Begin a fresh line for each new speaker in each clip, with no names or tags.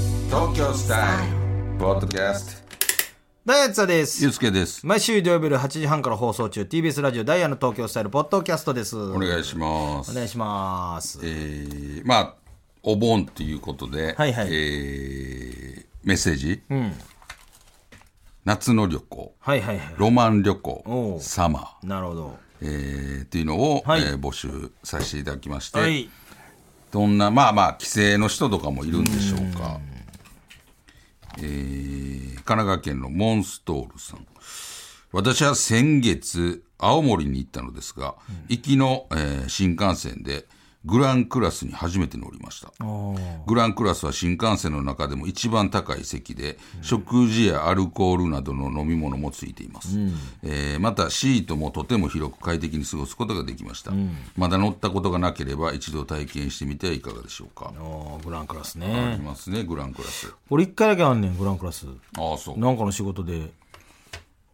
オスタイルポッドキャスト
ダイアンツァです
ゆうすけです
毎週土曜日夜8時半から放送中 TBS ラジオダイヤの東京スタイルポッドキャストですお
お願いします
願いします
えーまあお盆ということで、
はいはい
えーメッセージ、夏の旅行
はいはいは
ロマン旅行
おう
サマー
いなるほど
えーっていうのを、
はい
えー募集させていただきまして、
はい
どんなまあまあ帰省の人とかもいるんでしょうかえー神奈川県のモンストールさん私は先月青森に行ったのですが、行きの、えー新幹線でグランクラスに初めて乗りましたグランクラスは新幹線の中でも一番高い席で、食事やアルコールなどの飲み物もついています、えーまたシートもとても広く快適に過ごすことができました、まだ乗ったことがなければ一度体験してみてはいかがでしょうか、あ
おーグランクラスね
りますねグランクラス
俺一回だけあんねんグランクラス
ああそう
なんかの仕事で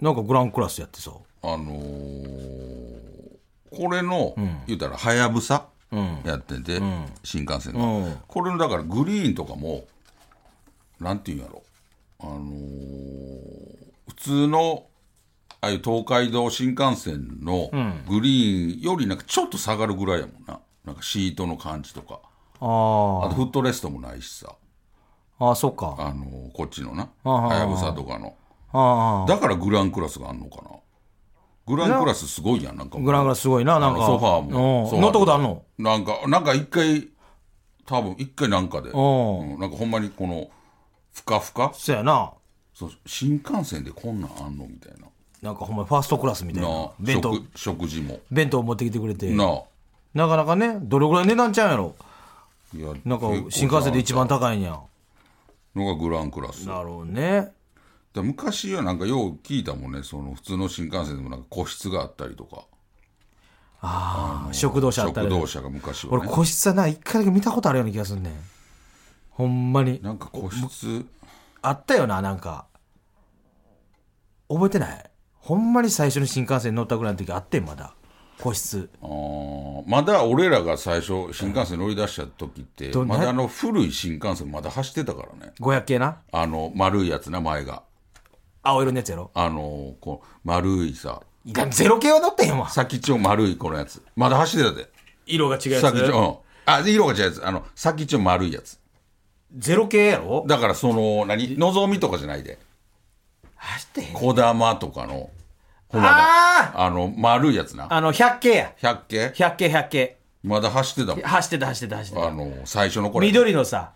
なんかグランクラスやってさ
あのーこれの、言うたらはやぶさやってて、新幹線が、
うん
これのだからグリーンとかもなんていうんやろあのー普通のああいう東海道新幹線のグリーンよりなんかちょっと下がるぐらいやもんななんかシートの感じとか
あ
あとフットレストもないしさ、
ああそっか
あのーこっちのな
はは
はやぶさとかの
あ
だからグランクラスがあんのかなグランクラスすごいやんなんか
あグランクラスすごいななんか
ソファーも
う
ソ
ん
ファー
乗ったことあんの
なんか、なんか一回、多分一回なんかで、
おう
うんなんかほんまにこの、ふかふか
そやな
そう新幹線でこんなんあんのみたいな。
なんかほんまファーストクラスみたいな
な
弁当
食食事も。
弁当持ってきてくれて
な
な
あ
かなかねどれぐらい値段ちゃうんやろ
いや
なんか
結構
新幹線で一番
高
高いんや
いのがグランクラス。だか
だろうね
ら昔はなんかよう聞いたもんね、その普通の新幹線でもなんか個室があったりとか、
食堂車あった
食
り
堂車が昔は、
俺
ね。
個室はな一回だけ見たことあるような気がするねんほんまに
なんか個室、
あったよななんか覚えてないほんまに最初に新幹線乗ったぐらいの時あってんまだ個室
あーまだ俺らが最初新幹線乗り出した時って、
どんな
まだあの古い新幹線まだ走ってたからね。
500系な
あの、丸いやつな、前が。
青色のやつやろ
あの、こう、丸いさ、
いやゼロ系は乗ってへんわ
先っちょ丸いこのやつ。まだ走ってたで。
色が違うや
先っち
つ
ょ、うん。あ、色が違うやつ。あの、先っちょ丸いやつ。
ゼロ系やろ
だから、その、何のぞみとかじゃないで。
走ってへん
こだまとかの、ほ
あ
あの、丸いやつな。
あの100系や
百景
100系100系
まだ走ってたもん。
走ってた走ってた走ってた
あの、最初のこれ。
緑のさ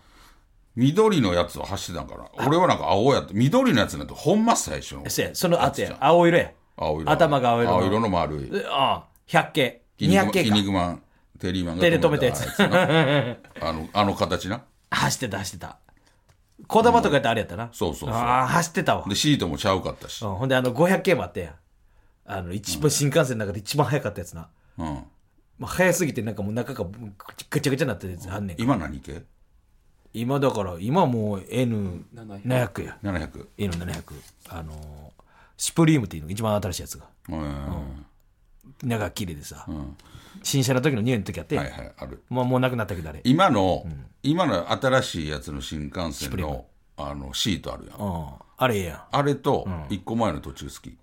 緑のやつは走ってたんかな。俺はなんか青やって、緑のやつなんてほんま最初の。
そやその後や
やつじ
青色や
青色。
頭が青色の
青色の丸い。
うあ100系
キニグマ
200系
キ
か
ニグマン、テリーマンが
手で止めたや
あ
つ
いつなあの、あの形な。
走ってた走ってたこだまとかやったらあれやったな
そうそうそう
ああ走ってたわ
で、シートもちゃうかったし
うん。ほんであの500系もあったやんあの一番新幹線の中で一番速かったやつな、
うん。
まあ、速すぎてなんかもう中がぐちゃぐちゃになってるやつあんねん
今何系
今だから今もう N700 や
?700。
N700 あのーシュプリームっていうのが一番新しいやつが
うん。
中が綺麗でさ、新車の時の匂いの時あって、
はいはい、ある。
まあ、もうなくなったけどあれ
今の、今の新しいやつの新幹線の、あの、シートあるやん。
うんあれええやん
あれと、一個前の途中好き。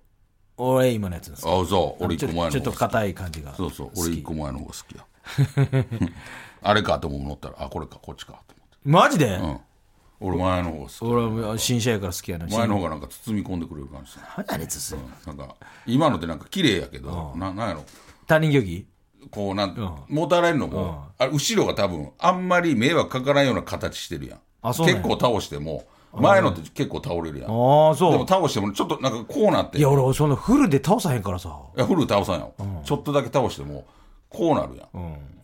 俺今のやつです
あ、そう。俺
ち
一
ょ
個前の方が好き。
ちょっと硬い感じが
そうそう。俺一個前の方が好きや。 あれかと思ったら、あ、これか、こっちかと
マジ
思
で、
って。うん。俺前の方が好
俺はもう新車やから好きやな、
き。前の方がなんか包み込んでくれる感じだ
何やねんつす
なんか、今のってなんか綺麗やけど、な、なんやろ。
他人行儀
こうなん、もたれるのも、あれ後ろが多分、あんまり迷惑かからんような形してるやん。
あそうなん
結
や
構倒しても、前のって結構倒れるやん。でも
ああそう
倒しても、ちょっとなんかこうなって。
いや俺そのフルで倒さへんからさ
いやフル倒さんよ、ちょっとだけ倒しても、こうなるやん。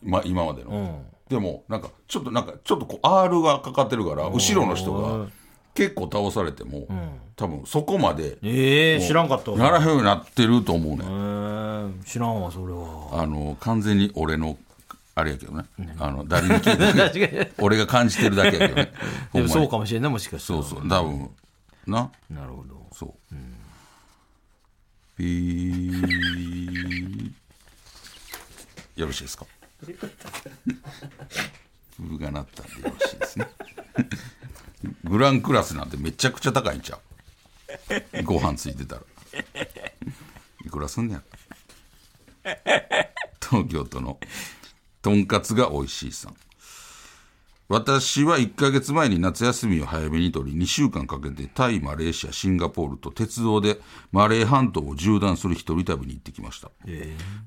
ま、今までの。でも、なんか、ちょっとなんか、ちょっとこう、R がかかってるから、後ろの人が結構倒されても、多分そこまで、
ええ知らんかった
ならへんようになってると思うねん。
えー、知らんわそ れは
あの完全に俺のあれやけどね、あの誰に聞いて
確かに
ない俺が感じてるだけやけどねほ
で
んまに
もそうかもしれんねもしかした
そ
ら
うそう多分な
なるほど
そう、ピーよろしいですか ブが鳴ったんでよろしいですねブグランクラスなんてめちゃくちゃ高いんちゃうご飯ついてたらいくらすんねや東京都のとんかつが美味しいさん私は1ヶ月前に夏休みを早めに取り2週間かけてタイマレーシアシンガポールと鉄道でマレー半島を縦断する一人旅に行ってきました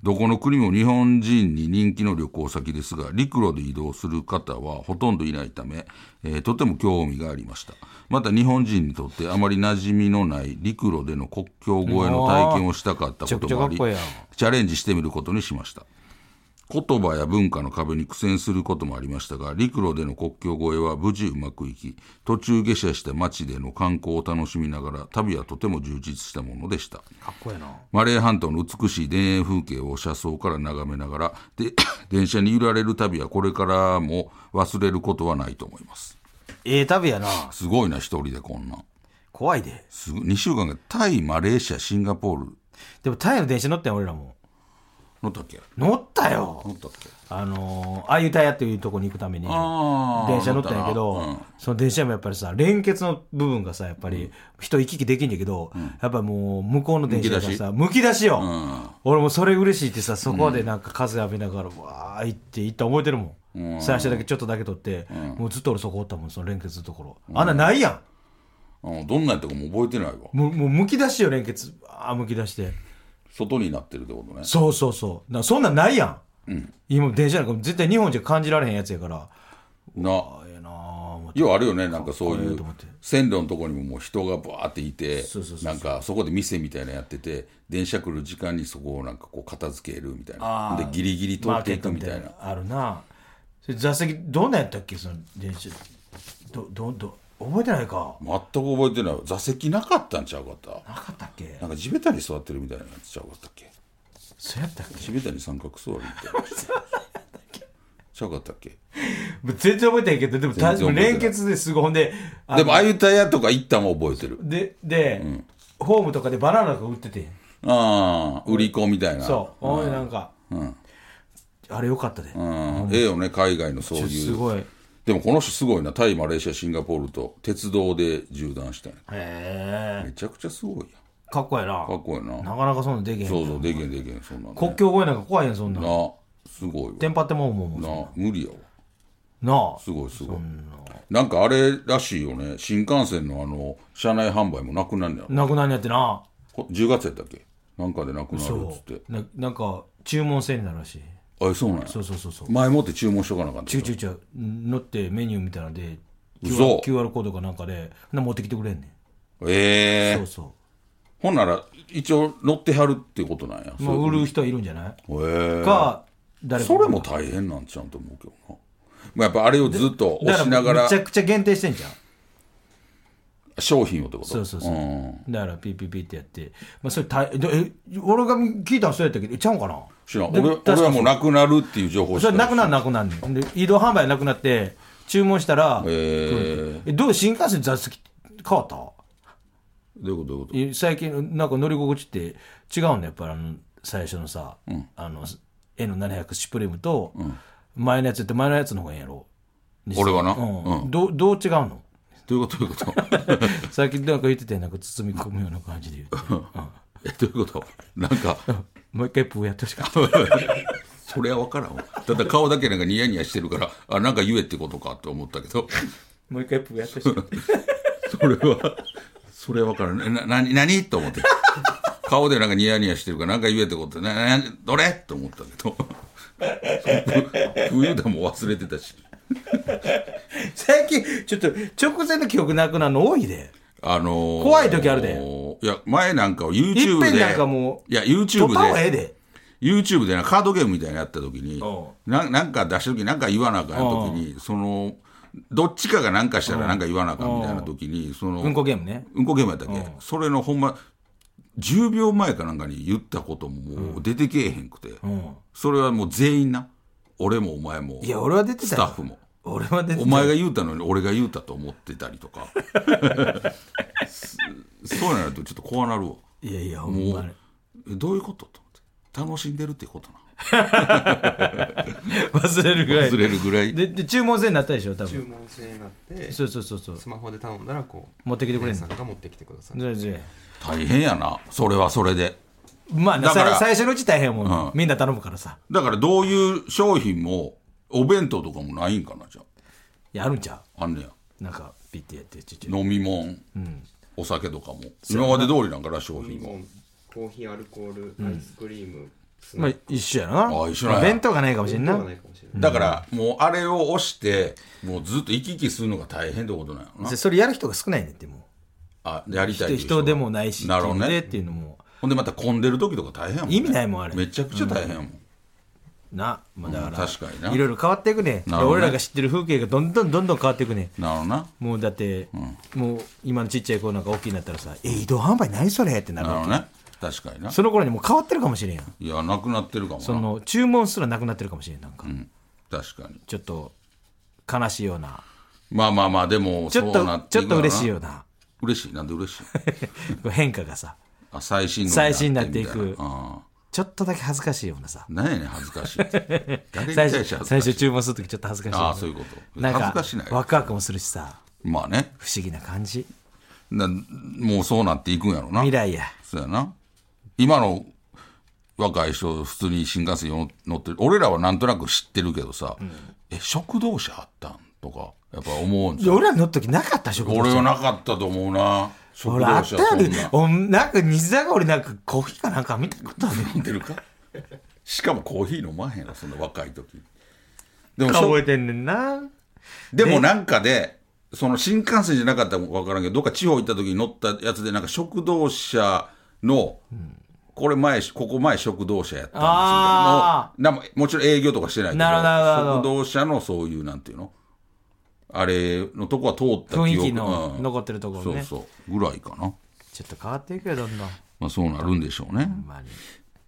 どこの国も日本人に人気の旅行先ですが陸路で移動する方はほとんどいないため、えーとても興味がありましたまた日本人にとってあまり馴染みのない陸路での国境越えの体験をしたかったこともあり
めちゃくちゃかっこええやん
チャレンジしてみることにしました言葉や文化の壁に苦戦することもありましたが陸路での国境越えは無事うまくいき途中下車した街での観光を楽しみながら旅はとても充実したものでした
かっこええな
マレー半島の美しい田園風景を車窓から眺めながらで 電車に揺られる旅はこれからも忘れることはないと思います
ええ旅やな
すごいな一人でこんなん
怖いです
ごい2週間がタイマレーシアシンガポール
でもタイの電車乗ったよ俺らも
乗ったっけ
乗ったよ
乗ったっけ
あのー、あゆたやっていうとこに行くために
あー
電車乗ったんやけど、
乗ったなうん
その電車もやっぱりさ連結の部分がさやっぱり人行き来できんやけど、やっぱりもう向こうの電車がさむき出しよ、
うん
俺もそれ嬉しいってさそこでなんか風浴びながらわーいって行った覚えてるもん、
うん
最初だけちょっとだけ取って、もうずっと俺そこおったもんその連結のところ、あんなないやん
うんどんなやったかも覚えてないわ
もうもうむき出しよ連結あむき出して
外になってるってことね
そうそうそうなそんなんないやん、今電車なんか絶対日本じゃ感じられへんやつやから
な
あええなあ思って
要はあるよねなんかそうい
かっこいいうと思って
線路のところにももう人がバーっていて
そうそうそうそう
なんかそこで店みたいなのやってて電車来る時間にそこをなんかこう片付けるみたいな
あ
で
ー
ギリギリ通
マー
って
ケッ
い
ト
くみ
みた
た
い
い
な
な
あるなそれ座席どんなんやったっけその電車どどど覚えてないか
全く覚えてない座席なかったんちゃうかった
なかったっけ
なんか地べたに座ってるみたいなやつちゃうかったっけ
そうやったっけ
地べたに三角座るみたいなちゃうかったっけ
もう全然覚えてないけどでも
全然
確
覚え
かに
てない
連結ですごいほんであ
でもああいうタイヤとか行ったも覚えてる
でで、ホームとかでバナナが売ってて
ああ売り子みたいな
そうほんでなんか、
うん
あれよかったで、
うんええよね海外のそういう
すごいへ
でもこの人すごいなタイマレーシアシンガポールと鉄道で縦断したんや
え
めちゃくちゃすごいやん
かっこええな
かっこいいな
なかなかそんなんできへん
そうそうでけんでけんそんなん、ね、
国境越えなんか怖いやんそんなん
なすごいわ
テンパってもうもうもう
な無理やわ
なあ
すごいすごいなんかあれらしいよね新幹線のあの車内販売もなくなんねやろ
なくなんやってな
こ10月やったっけなんかでなくなるっつ
そ
って
うななんか注文制になるらしい
あそうなんや
そうそうそうそう
前もって注文しとかなあかん
ち
で
ゅう
しょ
ちゅうちゅ乗ってメニューみたいなんで QR,
嘘
QR コードかなんかでほんな持ってきてくれんね
ええ
んそうそ
ほんなら一応乗ってはるっていうことなんや
うもう売る人はいるんじゃない
そうへえ
か誰か
それも大変なんちゃうんと思うけどな、まあ、やっぱあれをずっと
だ
押
か
しなが
らめ
ら
ちゃくちゃ限定してんじゃん
商品をってこと
そうそうそうんだからピーピーピーってやってまあそれ大でえ俺が聞いたのそうやったけどちゃうんかな
知らん
で
俺
確か
俺はもうなくなるっていう情報し
そ
か
れなくなんなくなんねんで移動販売なくなって注文したら
えー、
えどう新幹線座席変わった
どういうことどういうこと
い最近なんか乗り心地って違うんだやっぱりあの最初のさ、あの N700 シュプレムと、前のやつって前のやつの方がいいんやろ
俺はな
うん
うん
どうどう違うの
どういうことどういうこと
最近なんか言っててなんか包み込むような感じで言って、うん
えどういうことなんか
もう一回プーやってほしかった
それは分からんわただ顔だけなんかニヤニヤしてるからあなんか言えってことかって思ったけど
もう一回プーやってほしかった
それはそれは分からんな何何と思って顔でなんかニヤニヤしてるからなんか言えってことななどれと思ったけど冬でも忘れてたし
最近ちょっと直前の記憶なくなるの多いで
あのー
怖い時あるで
いや、前なんかを
いっ
YouTube
ぺ
で。
んなんかもう
いや、
突
YouTube
破はええ
で、
で
YouTube でなカードゲームみたいなのやった時に
お、
ななんか出した時なんか言わなあかん時に、その、どっちかがなんかしたらなんか言わなあかんみたいな時に、その、
うんこゲームね
うんこゲームやったっけそれのほんま、10秒前かなんかに言ったことももう出てけえへんくて、
うん
それはもう全員な。俺もお前も。
いや俺は出てたよ
スタッフも。
俺は出て
お
た
前が言うたのに俺が言うたと思ってたりとかすそうなるとちょっと怖なるわ
いやいやほん
も
まに
うえどういうことと思って楽しんでるってことな
忘れるぐらい
ずれるぐらい
でで注文制になったでしょ多
注
分
文制になって
そうそうそうそう
スマホで頼んだらこう
持ってきてくれん
さ
の
んが持ってきてください
全然
大変やなそれはそれで
まあな
だから
さ最初のうち大変やもん、
うん
みんな頼むからさ
だからどういう商品もお弁当とかもないんかなじゃ
やるんちゃ
ああんねや
うなんかピッてやってちっちゃい
飲み物、お酒とかも今まで通りなんかな商品も
もうコーヒーアルコールアイスクリームスナ
まあ
ック
一緒やな
あ一緒なんや
弁当がないかもしれんな
弁当はないかもしれない
だからもうあれを押してもうずっと行き来するのが大変ってことなんやろな
でそれやる人が少ないねんっても
あやりたいって
う
いうが
人でもないし
なるほど
っていうの
ね
でっていうのも
ほんでまた混んでる時とか大変やもん、ね、
意味ないもんあれ
めちゃくちゃ大変やもん、
な、まあ、だから、
うん確かにない
ろいろ変わっていくね
なるほどね
俺らが知ってる風景がどんどんどんどん変わっていくね
なるほどな
もうだって、もう今のちっちゃい子なんか大きいになったらさ「え移動販売何それ?」ってなる
なる
わ
ほ
け
どね確かにな
その頃にもう変わってるかもしれんやん
いやなくなってるかもな
その注文すらなくなってるかもしれんなんか、
うん確かに
ちょっと悲しいような
まあまあまあでも
ちょっ
そう
と
なてい
ちょっ
くのかな
と嬉しいような
嬉しいなんで嬉しい
変化がさ
あ最新の
最新になっていく
みたなあ
ちょっとだけ恥ずかしいようなさ
あなんやねん恥ずかしい って誰に
最
対
初
して恥ず
最
かしい
初注文するときちょっと恥ずかしいよ
ああそういうこと
なん
恥ず
か
かしない
ワクワクもするしさ
まあね
不思議な感じ
なもうそうなっていくんやろな
未来や
そうやな今の若い人普通に新幹線よ乗ってる俺らはなんとなく知ってるけどさ、え食堂車あったんとかやっぱ思うん
い
じゃ
や
ん
俺らの時なかったでしょ
俺はなかったと思うな食
ほ
堂
ら、あっ
車
た
そ
や
ん
で
な。
おなんか、西田が俺なんか、コーヒーかなんか見たこと あるよ。
飲んでるかしかもコーヒー飲まへんのそんな若い時でも
覚え
そ
てんねんな。
でもなんかでその新幹線じゃなかったら分からんけどどっか地方行った時に乗ったやつでなんか食堂車の、これ前ここ前食堂車やったんですよ
あ
もうなんももちろん営業とかしてないけど
なるほどなる
食
ほど
堂車のそういうなんていうのあれのとこは通った
雰
記
囲
憶
気の
うん
残ってるところね。
そうそうぐらいかな、
ちょっと変わっていくよ、どんどん。
まあ、そうなるんでしょうね、
ほんまに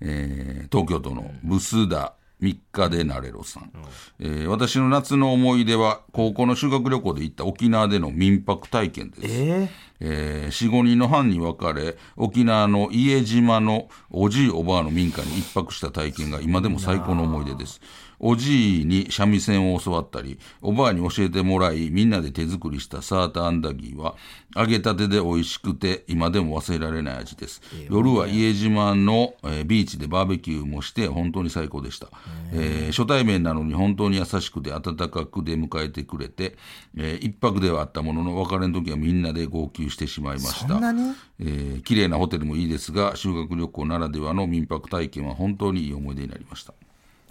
えー東京都のブスダ3日でなれろさん、えー私の夏の思い出は高校の修学旅行で行った沖縄での民泊体験です
え
えー、45人の班に分かれ沖縄の家島のおじいおばあの民家に一泊した体験が今でも最高の思い出ですおじいに三味線を教わったりおばあに教えてもらいみんなで手作りしたサーターアンダギーは揚げたてで美味しくて今でも忘れられない味です夜は家島の、えービーチでバーベキューもして本当に最高でした、えー初対面なのに本当に優しくて温かく出迎えてくれて、えー一泊ではあったものの別れの時はみんなで号泣してしまいました
そんなに
えー綺麗なホテルもいいですが修学旅行ならではの民泊体験は本当にいい思い出になりました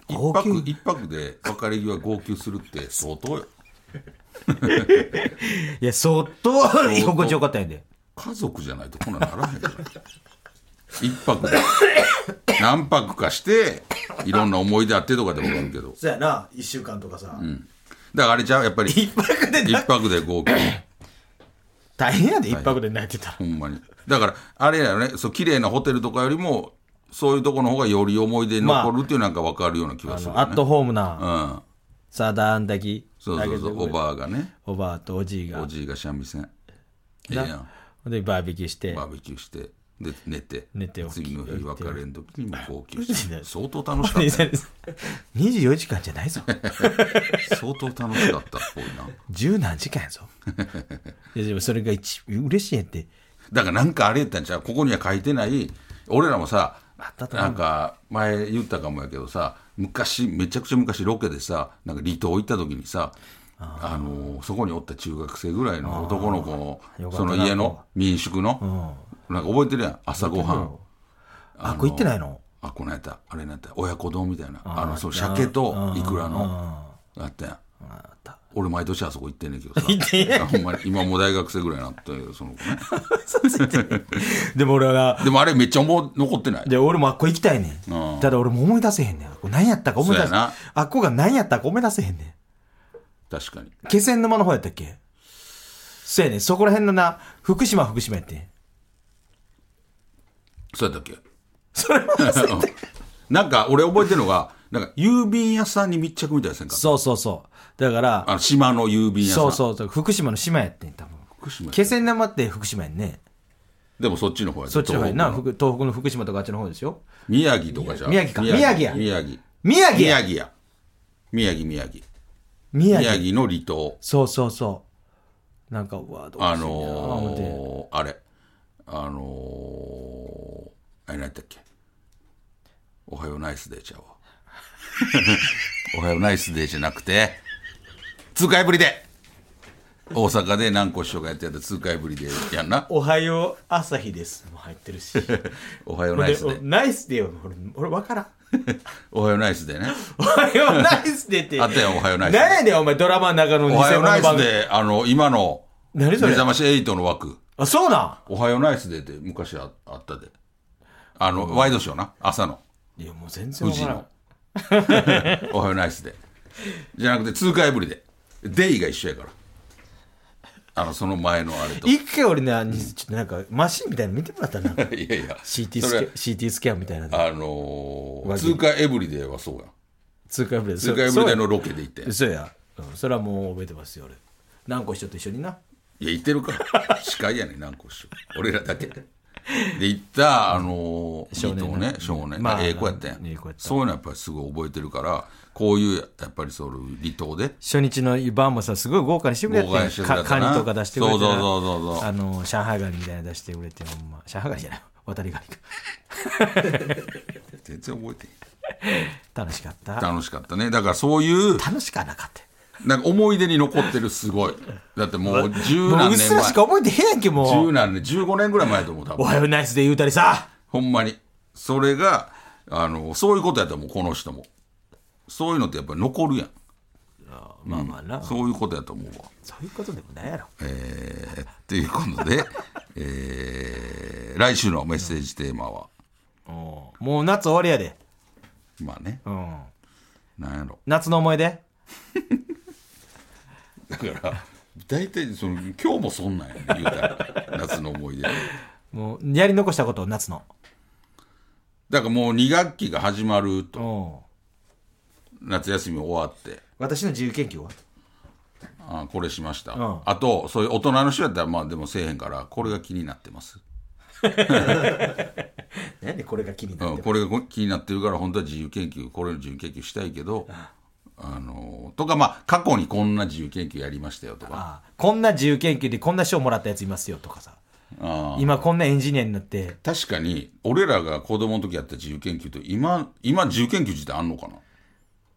一
号泣
泊一泊で別れ際号泣するって相当よ
えいや、そっと、居心地よかったんやで。
家族じゃないとこんなんならへん から一泊で何泊かしていろんな思い出あってとかでも分かるけど
そうやな、1週間とかさ。
だからあれちゃうやっぱり
一泊で
一
な、
泊で号泣
大変やで、一泊で泣いてたら。
ほんまにだからあれやよねそう綺麗なホテルとかよりもそういうとこの方がより思い出に残るっていうなんか分かるような気が
あ
するよ
の
ね、
アットホームな、
うん
サーダーアンダギー。
そうそうそうおばあがね
おばあとおじい
お
が。
じいが三味線ええやん
で、バーベキューして。
バーベキューしてで寝て
寝て起き
次の日別れん時にも号泣し
マジ
て
で
相当楽しかったよ
24時間じゃないぞ。
相当楽しかったっぽいな
十何時間 やぞ。いやでもそれが一嬉しいやんって。
だからなんかあれやったんちゃうここには書いてない俺らもさ
ったと思
なんか前言ったかもやけどさ昔めちゃくちゃ昔ロケでさなんか離島行った時にさあのーそこにおった中学生ぐらいの男の子の
よかっ
そ
たな
の家の民宿の、なんか覚えてるやん朝ごはん
あ、これ行ってないの
あこのやったあれなんやった親子丼みたいなあのそう鮭とイクラのあったやん
あった。
俺毎年あそこ行ってんねんけどさあほんまに今もう大学生ぐらいになってるその子ね
でも俺はな、
でもあれめっちゃ思う残ってない
で俺もあっこ行きたいね
うん
ん。ただ俺も思い出せへんねん。あっこ何やったか思い出せ
そうやな
あっこが何やったか思い出せへんねん。
確かに
気仙沼の方やったっけそうやねん。そこら辺のな、福島福島やってん。
そうやったっけ
それ も忘れて。
なんか俺覚えてるのがなんか郵便屋さんに密着みたいですんか
そうそうそう。だから、
あの島の郵便屋さん
そうそうそう。福島の島やってん、多分。
福島
気仙沼って福島やんね。
でもそっちの方やで
そっちの方やな、
東北
福東北の福島とかあっちの方ですよ。
宮城とかじゃん
宮城か宮
宮城
城宮城
宮
や
城や宮城宮城
宮
宮
城
城の離島
そうそうそう。なんか、うわどうしよう
あ
思って
のー、あれあのー、あれ何やったっけおはようナイスデーちゃうわ おはようナイスデーじゃなくて通回ぶりで大阪で南光師匠がやってた通回ぶりでやんな
おはよう、朝日です。もう入ってるし。
おはよう ナイスデ
俺
ー
ナイスでよ。俺、俺分 からん。
おはようナイスデーね
おはよ う、ナイスでって。
あったやんおはようナイスで
何やねん、お前、ドラマの中の偽
おはよ
物
う
の
ナイ
番
ス
組。
であの今の
何それ
目覚まし8の枠
あ、そうな
おはようナイスデーって昔ああったであの、ワイドショーな朝の
んいや、もう全然
富
分
士
から
の「
ん。
おはようナイスで」じゃなくて通過ぶりで「デイ」が一緒やからあのその前のあれとい
一回俺ね、あのちょっとなんか、マシンみたいなの見ても らったな。
やいや
CT
そ
スキャ
れ
ン、CT スキャンみたいなの。
あのー、
上着
通過エブリデーはそうやん
通過ブレー
通過エブリデーのロケで行って
そうや。うんそれはもう覚えてますよ、俺。南光師匠と一緒にな。
いや行ってるから司会やねん何個しよう俺らだけで行ったあのー、
少年
と
な
ね少年、
まあ
ええ子やったやん
ええ子やった
そういうのやっぱりすごい覚えてるからこういうやっぱりそういう離島で
初日の晩もさ、すごい豪華にしてくれてん
豪華にしてくれたな
かカニとか出してくれてな。
そうそうそうそうそう
あの、上海ガニみたいなの出してくれて、ほんま。上海ガニじゃない。渡りガニか。
全然覚えて
楽しかった。
へん楽しかったねだからそういう
楽しかなかった。
なんか思い出に残ってるすごいだってもう十
も
何
ううっ
年
すら
前
しか覚えてへんやんけ、も
十
う。
何年15年ぐらい前と思う多
お
分
はようナイスで言うたりさ。
ほんまにそれがあのそういうことやと思うこの人もそういうのってやっぱり残るやん
まあまあな。そ
そういうことやと思うわ
ういうことでもないやろ。
えー、っていうことで、 えー、来週のメッセージテーマは、
もう夏終わりやで。
まあね
うん。
なんやろ
夏の思い出
だから大体その今日もそんなんやね言うたら夏の思い出
もう、やり残したことを夏の。
だからもう2学期が始まる
う
と
ん。
夏休み終わって
私の自由研究は
あこれしました、
ん
あとそういう大人の人やったらまあでもせえへんからこれが気になってます、
なんでこれが気に
う
なっ
ん、
て
これが気になってるから本当は自由研究これの自由研究したいけどあのとかまあ過去にこんな自由研究やりましたよとか
ああこんな自由研究でこんな賞もらったやついますよとかさ
あー
今こんなエンジニアになって
確かに俺らが子供の時やった自由研究と今今自由研究自体あんのかな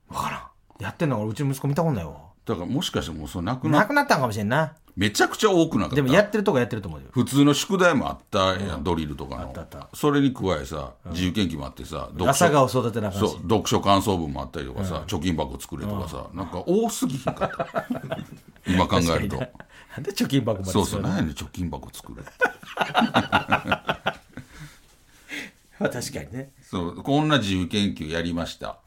わからんやってんの俺うちの息子見たことないわ
だからもしかしてもうそれなくな
な
っ
くなったんかもしれんな
めちゃくちゃ多くなかった
でもやってるとこやってると思うよ
普通の宿題もあったやん、ドリルとかの
ったあった
それに加えさ自由研究もあってさ、読
朝
書
顔育てなあかん
そう
し
読書感想文もあったりとかさ、貯金箱作れとかさ、なんか多すぎひんかった 今考えると
なんで貯金箱まで
そう
す
そう
るの
何やねん貯金箱作る
まあ確かにね
そうこんな自由研究やりました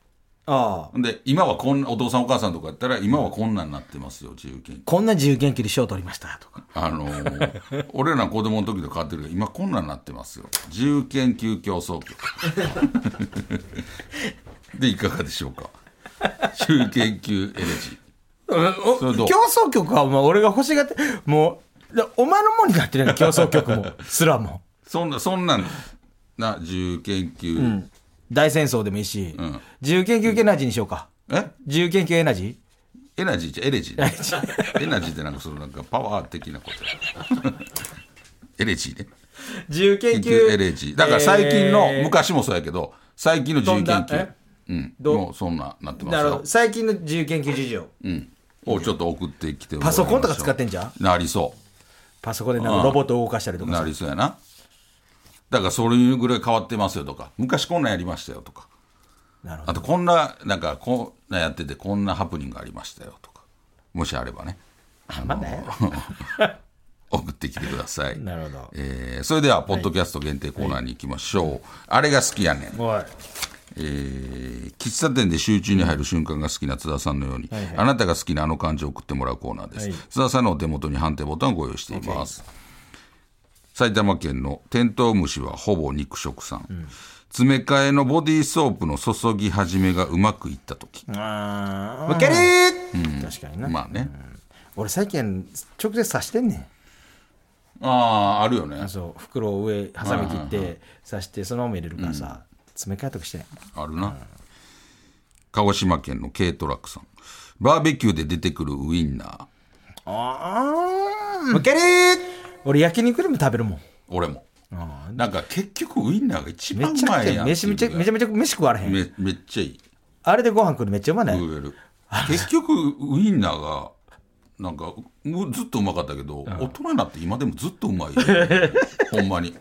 ああ
で今はこんなお父さんお母さんとかやったら今はこんなんなってますよ自由研究
こんな自由研究で賞取りましたとか
あの ー俺ら子供の時と変わってるけど今こんなんなってますよ自由研究競争 局でいかがでしょうか自由研究エレジ
お
それど
競
う
争曲はもう俺が欲しがってもうでお前のもんになってるやん競争曲もすらも
そんなそんなんな自由研究、
大戦争でもいいし、
ん
自由研究エナジーにしようか
え
自由研究エナジ
エナジーじゃエレジー、ね、
ー
エナジーってなんかそのなんかパワー的なこと エレジーね
自由研
研
究
究エレジーだから最近の、
えー
昔もそうやけど最近の自由研
どんな
究
え
うん
どう
もうそんななってます
なるほ
よ
ど最近の自由研究事情
うん、をちょっと送ってきてもらい
パ
ましょ
ソ
う
コンとか使ってんじゃん
なりそ
パソコンでなんかロボットを動かしたりと
う
か
な
さ
りそうやなだからそれぐらい変わってますよとか昔こんなんやりましたよとか
なるほ
あ
ど
とこんななんかこんなやっててこんなハプニングありましたよとかもしあればね
まだや
送ってきてください
なるほど
えーそれではポッドキャスト限定コーナーに行きましょう、あれが好きやねん
おい
えー喫茶店で集中に入る瞬間が好きな津田さんのように、あなたが好きなあの漢字を送ってもらうコーナーです、津田さんのお手元に判定ボタンをご用意しています埼玉県のテントウムシはほぼ肉食さん、詰め替えのボディーソープの注ぎ始めがうまくいった時、
あーむけりー確かにな
まあね、
俺最近直接刺してんねん
ああ、あるよね。
そう袋を上挟み切って刺してそのまま入れるからさ、詰め替えとかしてない
あるな。鹿児島県の軽トラックさん。バーベキューで出てくるウインナー。
ああ俺焼肉でも食べるもん
俺も。
あー
なんか結局ウインナーが一
め
番う
ちゃ
ま
く
い
ち
や
ゃ
ん
飯めちゃめちゃめちゃ飯食われへん
めめっちゃいい。
あれでご飯食うのめっちゃうまない、
食える。結局ウインナーが、なんかうずっとうまかったけど、大人になって今でもずっとうま いよ。ほんまに。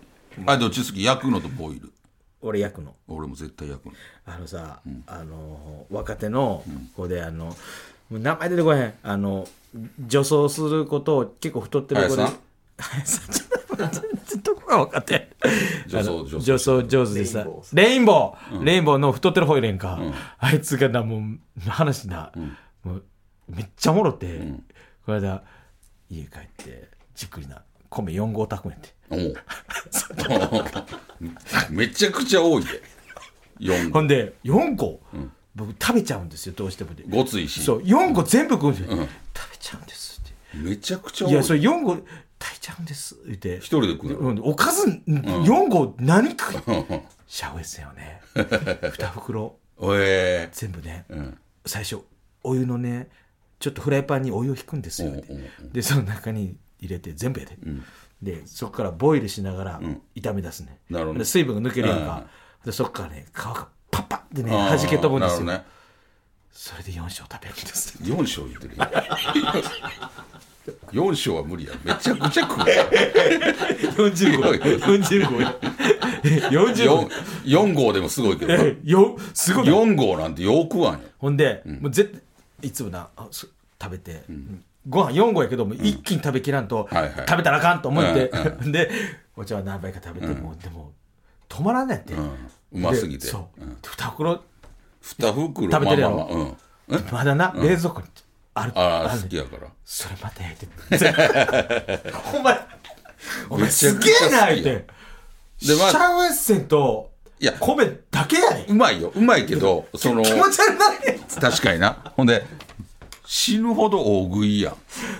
あれどっち好き焼くのとボイル。
俺焼くの
俺も絶対焼くの。
あのさ、あの若手の子であのもう名前出てこへんあの女装することを結構太ってる子で
林さん
林さんちょっと待って全然どこが分かってん
女装
あの
女装
女装上手でさレインボーレインボーの太ってる方いれんか、あいつがなもう話な、もうめっちゃおもろって、この間家帰ってじっくりな米4合炊くんやって
おうめちゃくちゃ多いで。4
ほんで4個、僕食べちゃうんですよどうしてもで
ごついし
そ。う4個全部食うんですよ、食べちゃうんですって
めちゃくちゃ多
い
い。
やそ
一
れ4個炊いちゃうんです言って
人で食うの。
うん、おかず4個何食い、シャウエッセンよね 2袋
おえ
全部ね、
ん
最初お湯のねちょっとフライパンにお湯を引くんですよ、
うんうん
でその中に入れて全部やで、でそこからボイルしながら炒め出すね、
なるほど
で水分が抜けるやんか、でそこからね皮がパッパッってね弾け飛ぶんですよ、
なる
それで4升食べるんです
ほどね。4章言ってるよ。4章は無理や。めちゃくちゃ食う。
45
ごい
4545
4, 4号でもすごいけど。
よすごい
4号なんてよくわんよ。
ほんで、もう絶対いつもなあそ食べて、ご飯4合やけどもう一気に食べきらんと、
はいはい
食べたらあかんと思って、
うん
でお茶は何杯か食べて、もうでも止まらんねんって、
う
で
んうますぎて。
そう、2袋
2袋
食べてるやろ
まあまあまあうん。え
まだな、冷蔵庫にある
あ
あ
あ、
る
好きやから。
それまた焼いて全部 お前お前
めちゃ
す
く
げ
ちゃ好
えな
きや
言うて
でまあ
シャウエッセンと
いや
米だけやねん
うまいよ。うまいけど、その、
気持ち悪ないねん
確かにな。ほんで、死ぬほど大食いや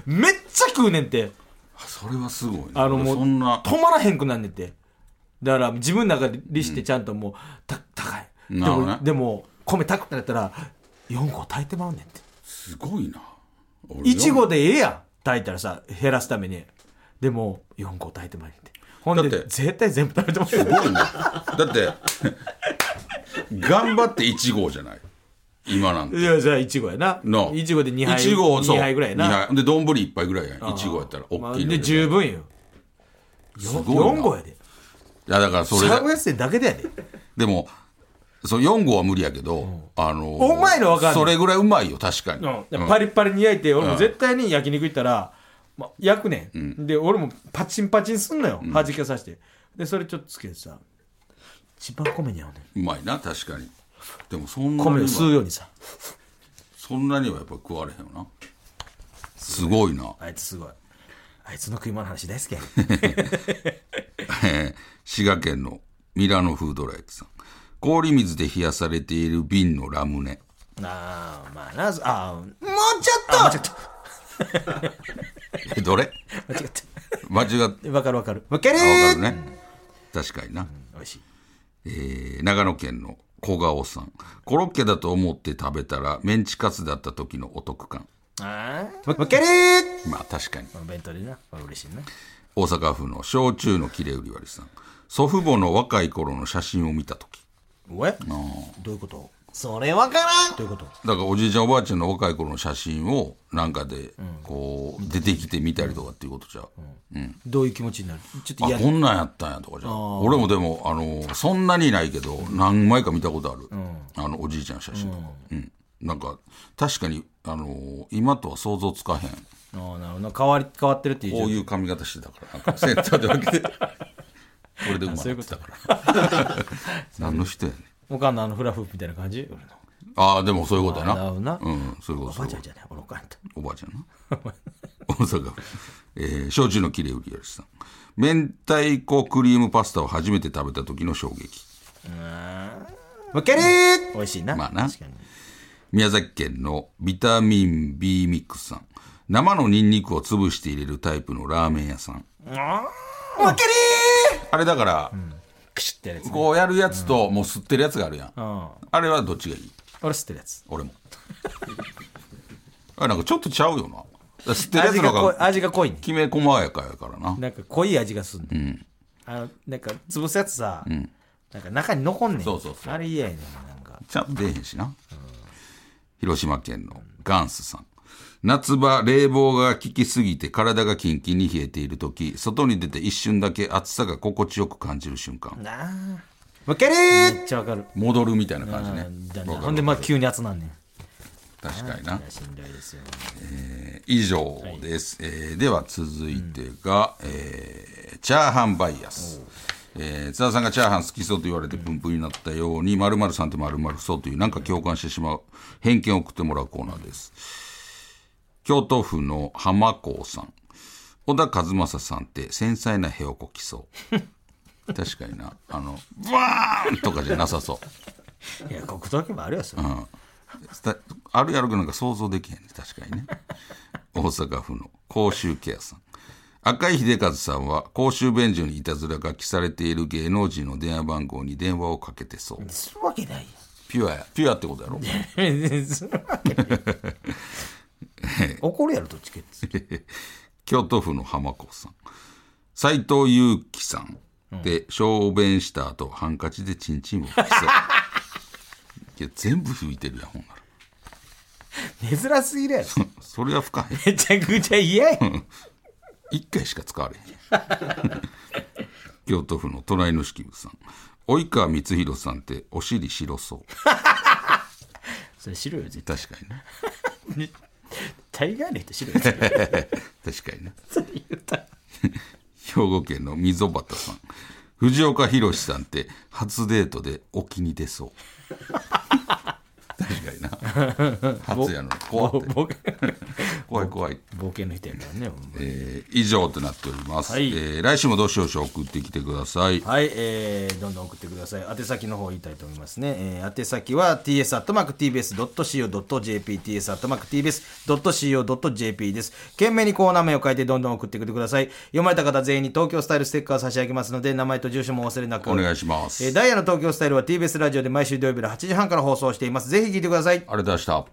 ん。
めっちゃ食うねんって
あそれはすごいね。
あのもう
そんな。
止まらへんくなんねんってだから自分の中で利してちゃんともう、た高いで
なるほどね
もでも米炊くってなったら4合炊いてまうねんって
すごいな。俺
1合でええやん炊いたらさ減らすためにでも4合炊いてまうねんってほんで
だって
絶対全部食べてます
す ごいな。だって、 頑張って1号じゃない。今なんて。
いやじゃあ1合やな
の。
1合で2杯
一合そう
2杯ぐらいや
二
な、
杯で、丼1杯ぐらいやん。1合やったら、
ま
大
あ
きいの
で十分よ
すごいな
4合やで
いや、だからそれ
シ
が
ャウエッセンだけでやで
でも、その4号は無理やけど、あのー
うまいのわかんない
それぐらいうまいよ、確かに。
うん、パリッパリに焼いて俺も絶対に焼肉行ったら、まあ、焼くねん、で俺もパチンパチンすんのよ弾けさせてでそれちょっとつけてさ一番米に合うねん
うまいな、確かに。でも、そんなに
米を
は、
吸うようにさ
そんなにはやっぱ食われへんよな。すごいな。
あいつすごいあいつの食い物の話大好きやね
えー滋賀県のミラノフードライクさん。氷水で冷やされている瓶のラムネ。
あーまあなあーもう
ちょっと
間違った
えどれ
間違っ
間違った
たわかるわかるわかる
あわかるね。確かにな。
おいしい
えー長野県の小顔さん。コロッケだと思って食べたら、メンチカツだった時のお得感。
ああわかる
まあ確かに。
この弁当でなこれ嬉しいな
大阪府の焼酎の切れ売り割りさん。祖父母の若い頃の写真を見た時。
おえどういうことそれわからんどういうこと
だからおじいちゃんおばあちゃんの若い頃の写真をなんかでこう出てきて見たりとかっていうことじゃう、
どういう気持ちになるちょっと
あ
嫌
こんなんやったんやとかじゃん俺もでもあのそんなにないけど何枚か見たことある、あのおじいちゃんの写真とか、うんなんか確かにあの今とは想像つかへん
ああなるほど変わり変わってるっていう
こういう髪型してたからなんかセンターで分けて これで生まれてたから 何の人やねん
おかんのあのフラフープみたいな感じ俺の
ああでもそういうことやな
なるほどな
うんそういうこと
おばあちゃんじゃない俺おかんと
おばあちゃんな大阪府、えー焼酎の切れ売りやるしさん明太子クリームパスタを初めて食べた時の衝撃
わかる美味しいな
まあな
確かに
宮崎県のビタミン B ミックスさん生のニンニクを潰して入れるタイプのラーメン屋さん
わけり
あれだから、
ークシュってやるやつ、ね
こうやるやつと、もう吸ってるやつがあるやん。
うん、
あれはどっちがいい
俺吸ってるやつ
俺も。 あなんかちょっとちゃうよな。だから吸ってるやつ
味
の
が
方
濃い
が
味が濃いね
きめ細やかやからな。
なんか濃い味がすんね、ん、あのなんか潰すやつさ、なんか中に残んねん
そうそうそう
あれ嫌やねんなんか
ちゃんと出えへんしな。広島県のガンスさん。夏場、冷房が効きすぎて体がキンキンに冷えているとき、外に出て一瞬だけ暑さが心地よく感じる瞬間。
なあわけりーめっちゃわかる
戻るみたいな感じ
あ
ね
ー。だ
わ
な
かる
ほんでまあ急に熱なんねん
確かにな。
信頼ですよ
以上です、えーでは続いてが、えーチャーハンバイアス、えー津田さんがチャーハン好きそうと言われてプンプンになったように〇〇さんって〇〇そうというなんか共感してしまう偏見を送ってもらうコーナーです京都府の浜子さん小田和正さんって繊細な屁をこきそう確かになあのバーンとかじゃなさそう
いや黒糖時もあるよそれ、
たあるやろくなんか想像できへんね確かにね 大阪府の甲州ケアさん赤井秀和さんは公衆便所にいたずら書きされている芸能人の電話番号に電話をかけてそう
するわ けない
ピュアやピュアってことやろ
やんするわけない怒るやろどっちかって
京都府の浜子さん斎藤佑樹さんで小便した後ハンカチでチンチンを拭きそう いや全部拭いてるやんほんなら
珍しすぎるやろ
それは深い
めちゃくちゃ嫌や
一回しか使われへん 京都府の隣の式部さん及川光弘さんってお尻白そう
それ白いよ絶
確かにね
対外の人白いよ
確かにね
それ言った
兵庫県の溝端さん藤岡弘さんって初デートで沖に出そう 確かにな初やのに怖って
ボケ
怖い怖い
ボケの人やからねほんまに
えー以上となっております、
はい
えー来週もどしどし送ってきてください
はい、えー、どんどん送ってください。宛先の方言いたいと思いますね。えー、宛先は ts.tbs.co.jp、ts.tbs.co.jp です。懸命にコーナー名を書いてどんどん送ってきてください。読まれた方全員に東京スタイルステッカー差し上げますので、名前と住所もお忘れなく。
お願いします、
えーダイヤの東京スタイルは TBS ラジオで毎週土曜日の8時半から放送しています。ぜひ聞いてください。
あれ出した